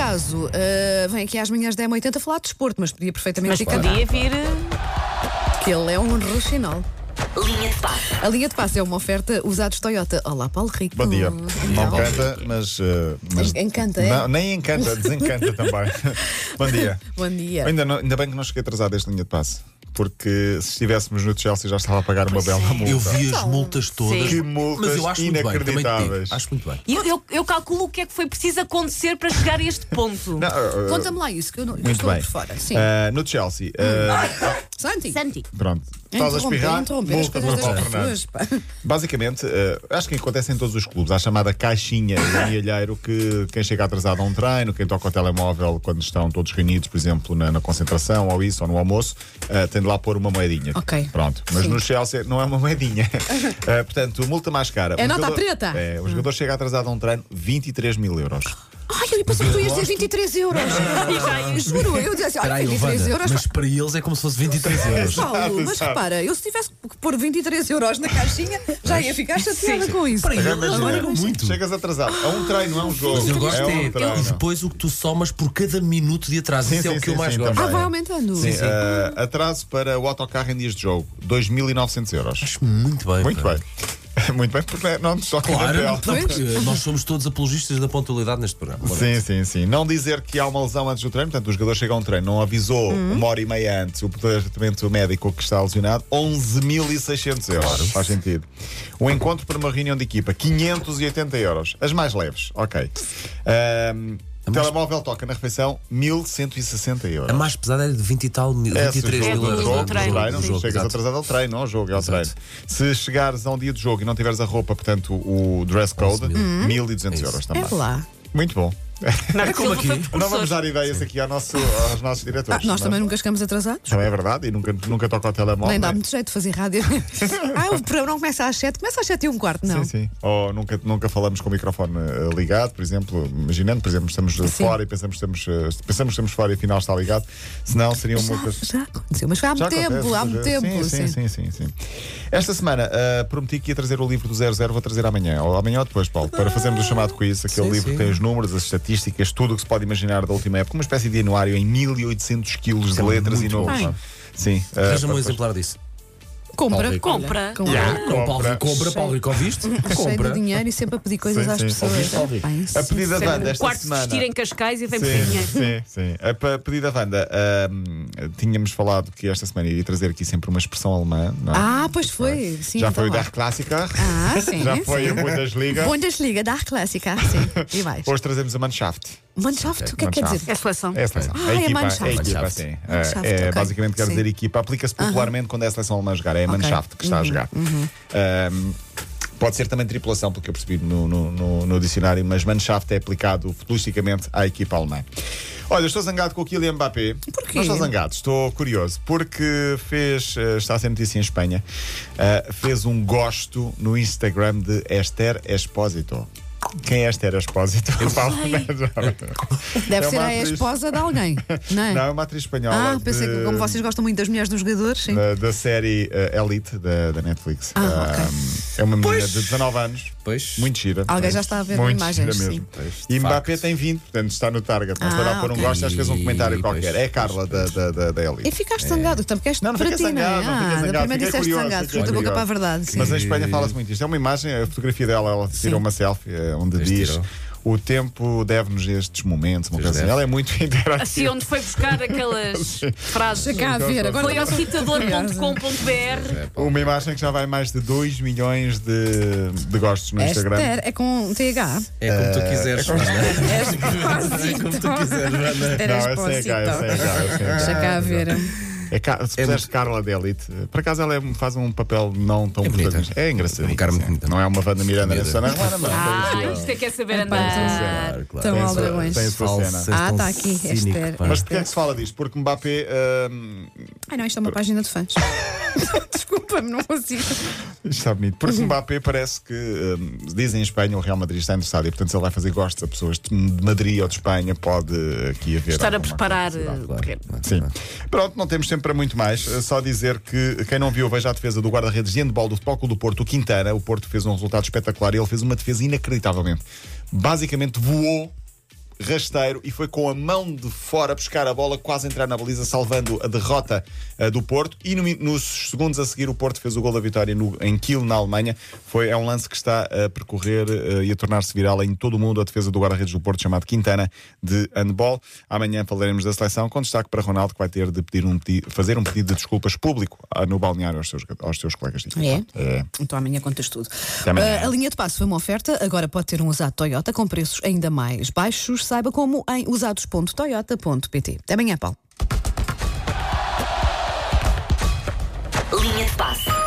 caso, ah, vem aqui às manhãs da M80 falar de desporto, mas podia perfeitamente Mas ficar podia vir. eh, que ele é um roxinol. Linha de passe. A linha de passe é uma oferta usados Toyota. Olá, Paulo Rico. Bom dia. Não Então, canta, mas. eh, mas- Encanta, é? Não, nem encanta, desencanta também. Bom dia. Bom dia. Ainda, não- ainda bem que não cheguei atrasado a esta linha de passe, porque se estivéssemos no Chelsea já estava a pagar uma bela multa. Eu vi as Então, multas todas. Que multas mas eu acho Muito bem, também te inacreditáveis. digo, acho muito bem. Eu, eu, eu calculo o que é que foi preciso acontecer para chegar a este ponto. Não, eh, eh, Conta-me lá isso, que eu não eu muito estou bem. por fora. Sim. Eh, no Chelsea. eh, Santi. Santi. pronto. Estás a Interromper, espirrar? interromper as Multa coisas para das Paulo Fernandes. pessoas, pá. Basicamente, eh, acho que acontece em todos os clubes. Há a chamada caixinha do milheiro que quem chega atrasado a um treino, quem toca o telemóvel quando estão todos reunidos, por exemplo, na, na concentração ou isso, ou no almoço, eh, tem de lá pôr uma moedinha. Ok. Pronto. Mas Sim. no Chelsea não é uma moedinha. Eh, portanto, multa mais cara. É O nota jogador- preta? É, o jogador chega atrasado a um treino, 23 mil euros. Ai, eu pensei que tu ias dizer 23 euros. Juro, eu disse assim, olha, Peraí, 23 Levanda, euros. mas para eles é como se fosse 23 euros. Paulo, mas Exato. repara, eu se tivesse que pôr 23 euros na caixinha, já ia ficar chateada com isso. Para eles um valem muito. Chegas atrasado a um treino, não é um jogo. Mas eu é gosto é, um treino. e depois o que tu somas por cada minuto de atraso. Sim, Isso é sim, o que sim, eu então. mais sim, gosto. Ah, vai também. aumentando. Sim, sim. Eh, atraso para o autocarro em dias de jogo, 2.900 euros. Acho muito bem. Muito pá. bem. Muito bem, porque não nos toca Claro, na então, pele. porque nós somos todos apologistas da pontualidade neste programa. Ora, Sim, sim, sim. Não dizer que há uma lesão antes do treino, portanto, o jogador chega a um treino, não avisou uma hora e meia antes o departamento médico que está lesionado, 11.600 euros. Faz sentido. O encontro para uma reunião de equipa, 580 euros. As mais leves, ok. Ahm, Telemóvel toca na refeição, 1.160 A euros. mais pesada era de 20 e tal mil, É, 23 se o mil jogo euros. do ao não é? jogo, treino, treino, Do jogo, Chegas exato. atrasado ao treino, não ao jogo, é ao Exato. treino. Se chegares a um dia de jogo e não tiveres a roupa, portanto, o dress code, Uhum. 1.200 euros também. É lá. Muito bom. Marco como Silva aqui. foi É Não vamos precursor. dar ideias aqui ao nosso- aos nossos Ah, diretores. nós não? também nunca chegamos atrasados. Também é verdade, e nunca, nunca toco ao telemóvel. Nem dá né? muito jeito de fazer rádio. ah, o programa não começa às 7, começa às 7 e um quarto, não. Sim, sim. Ou nunca, nunca falamos com o microfone eh, ligado, por exemplo, imaginando, por exemplo, estamos eh, Sim. fora e pensamos que estamos, eh, pensamos que estamos fora e afinal está ligado, senão seriam Já, muitas. já aconteceu, mas foi há é Já muito acontece, tempo, há às muito vezes. tempo. Sim, sim, sim, sim, sim. Esta semana ah, prometi que ia trazer o livro do 00, vou trazer amanhã, ou amanhã ou depois, Paulo, para fazermos o chamado quiz, aquele Sim, livro sim. que tem os números, as estatísticas, tudo o que se pode imaginar da última época, uma espécie de anuário em 1800 quilos de é letras e muito bom. números. Ai. não é? Sim. ah, Arranja-me um para- exemplar disso. Compra, Talvez. compra. Compra. compra. Não, Paulo Rico, compra, Paulo Rico, ouviste? Cheio de Compra. dinheiro e sempre a pedir coisas Sim, às sim. pessoas. Ouviste, ouviste. Bem, A pedido da Wanda Um esta quarto de vestir semana. em Cascais e vem pedir Sim, dinheiro. sim, sim. A pa- pedido da Wanda, ah, tínhamos falado que esta semana iria trazer aqui sempre uma expressão alemã. não é? Ah, pois foi. Sim, Já então foi o lá. Der Klassiker, Ah, sim. já foi o Bundesliga. Bundesliga, Dar Clássica, sim. E mais. Hoje trazemos a Mannschaft. Mannschaft, o que é que quer Mannschaft. dizer? É a seleção. É a seleção. Ah, a é equipa, Mannschaft. a equipa, Mannschaft. sim. Mannschaft, é, ok. Basicamente quer Sim. Uhum. dizer equipa. Aplica-se popularmente quando é a seleção alemã a jogar. É a Mannschaft que está a jogar. Ahm, Pode ser também tripulação, porque eu percebi no, no- no- no dicionário, mas Mannschaft é aplicado futbolisticamente à equipa alemã. Olha, estou zangado com o Kylian Mbappé. Porquê? Não estou zangado, estou curioso. Porque fez, eh, está a ser notícia em Espanha, eh, fez um gosto no Instagram de Esther Espósito. Quem é Esther Espósito? Eu Deve É ser uma a atriz. esposa de alguém, não é? Não, é uma atriz espanhola. Ah, pensei de- que como vocês gostam muito das mulheres dos jogadores, sim. Da, da série eh, Elite da, da Netflix. Ah, Ah, É uma menina de 19 anos. Pois. Muito gira. Alguém já está a ver Muito imagens, gira sim. mesmo. Pois, de E Mbappé facto. tem 20, portanto está no target. Mas Ah, para pôr um ok. gosto, acho que fez um comentário E- qualquer. pois, É a Carla da, da, da, da Elite. E ficaste zangado, também queres Não, não para fiquei ti, não é? zangado, não fiquei Ah, da zangado, primeira fiquei disseste curioso, zangado, fiquei fruta da boca curioso. para a verdade. Sim. Mas em Espanha fala-se muito isto. É uma imagem, a fotografia dela, ela tirou uma selfie eh, onde Pois diz. tirou. O tempo deve-nos estes momentos, uma Pois coisa assim. deve. Ela é muito interativa. Assim, onde foi buscar aquelas frases. Cá a ver, agora Foi ao citador.com.br. Uma imagem que já vai mais de 2 milhões de, de gostos no Instagram. Esther é um com TH. É como tu quiseres, é? Joana. É como tu quiseres, Joana. Esther Não, essa é cá, essa é cá, essa é cá. Deixa cá a ver. É cá, se puseres Carla de Elite, por acaso ela é- faz um papel não tão É bonita. protagonista. É engraçadinho. É um cara muito sim. bonito. Não é uma Wanda Miranda na Miúda. Susana Romana, mas Ah, tem a sua- isto é que é saber Epá, andar. Claro, claro. Tão tem a sua- aldrabões. tem a sua Falsas, cena. Ah, tão tá aqui, cínico, Esther. pá. Mas porquê é que se fala disto? Porque Mbappé. hum, Ai não, isto é uma página de fãs. Desculpa-me, não consigo. isto está bonito. Porque Mbappé parece que. hum, dizem em Espanha o Real Madrid está interessado e, portanto, se ele vai fazer gostos a pessoas de Madrid ou de Espanha, pode eh, aqui haver. Estar a alguma preparar. coisa. eh, correr. Sim. Pronto, é? não temos tempo para muito mais. Eh, Só dizer que quem não viu, veja a defesa do guarda-redes de handball do Futebol Clube do Porto, o Quintana. O Porto fez um resultado espetacular e ele fez uma defesa inacreditavelmente. Basicamente voou rasteiro e foi com a mão de fora buscar a bola, quase entrar na baliza, salvando a derrota eh, do Porto. E no mi- nos segundos a seguir, o Porto fez o gol da vitória no- em Kiel, na Alemanha. Foi, é um lance que está a percorrer eh, e a tornar-se viral em todo o mundo a defesa do guarda-redes do Porto, chamado Quintana, de handball. Amanhã falaremos da seleção, com destaque para Ronaldo, que vai ter de pedir um pedi- fazer um pedido de desculpas público ah, no balneário aos seus, aos seus colegas de equipa. É. Então amanhã contas tudo. amanhã. é. Ah, a linha de passo foi uma oferta, agora pode ter um usado Toyota com preços ainda mais baixos. Saiba como em usados.toyota.pt. Até amanhã, Paulo. Linha de passe.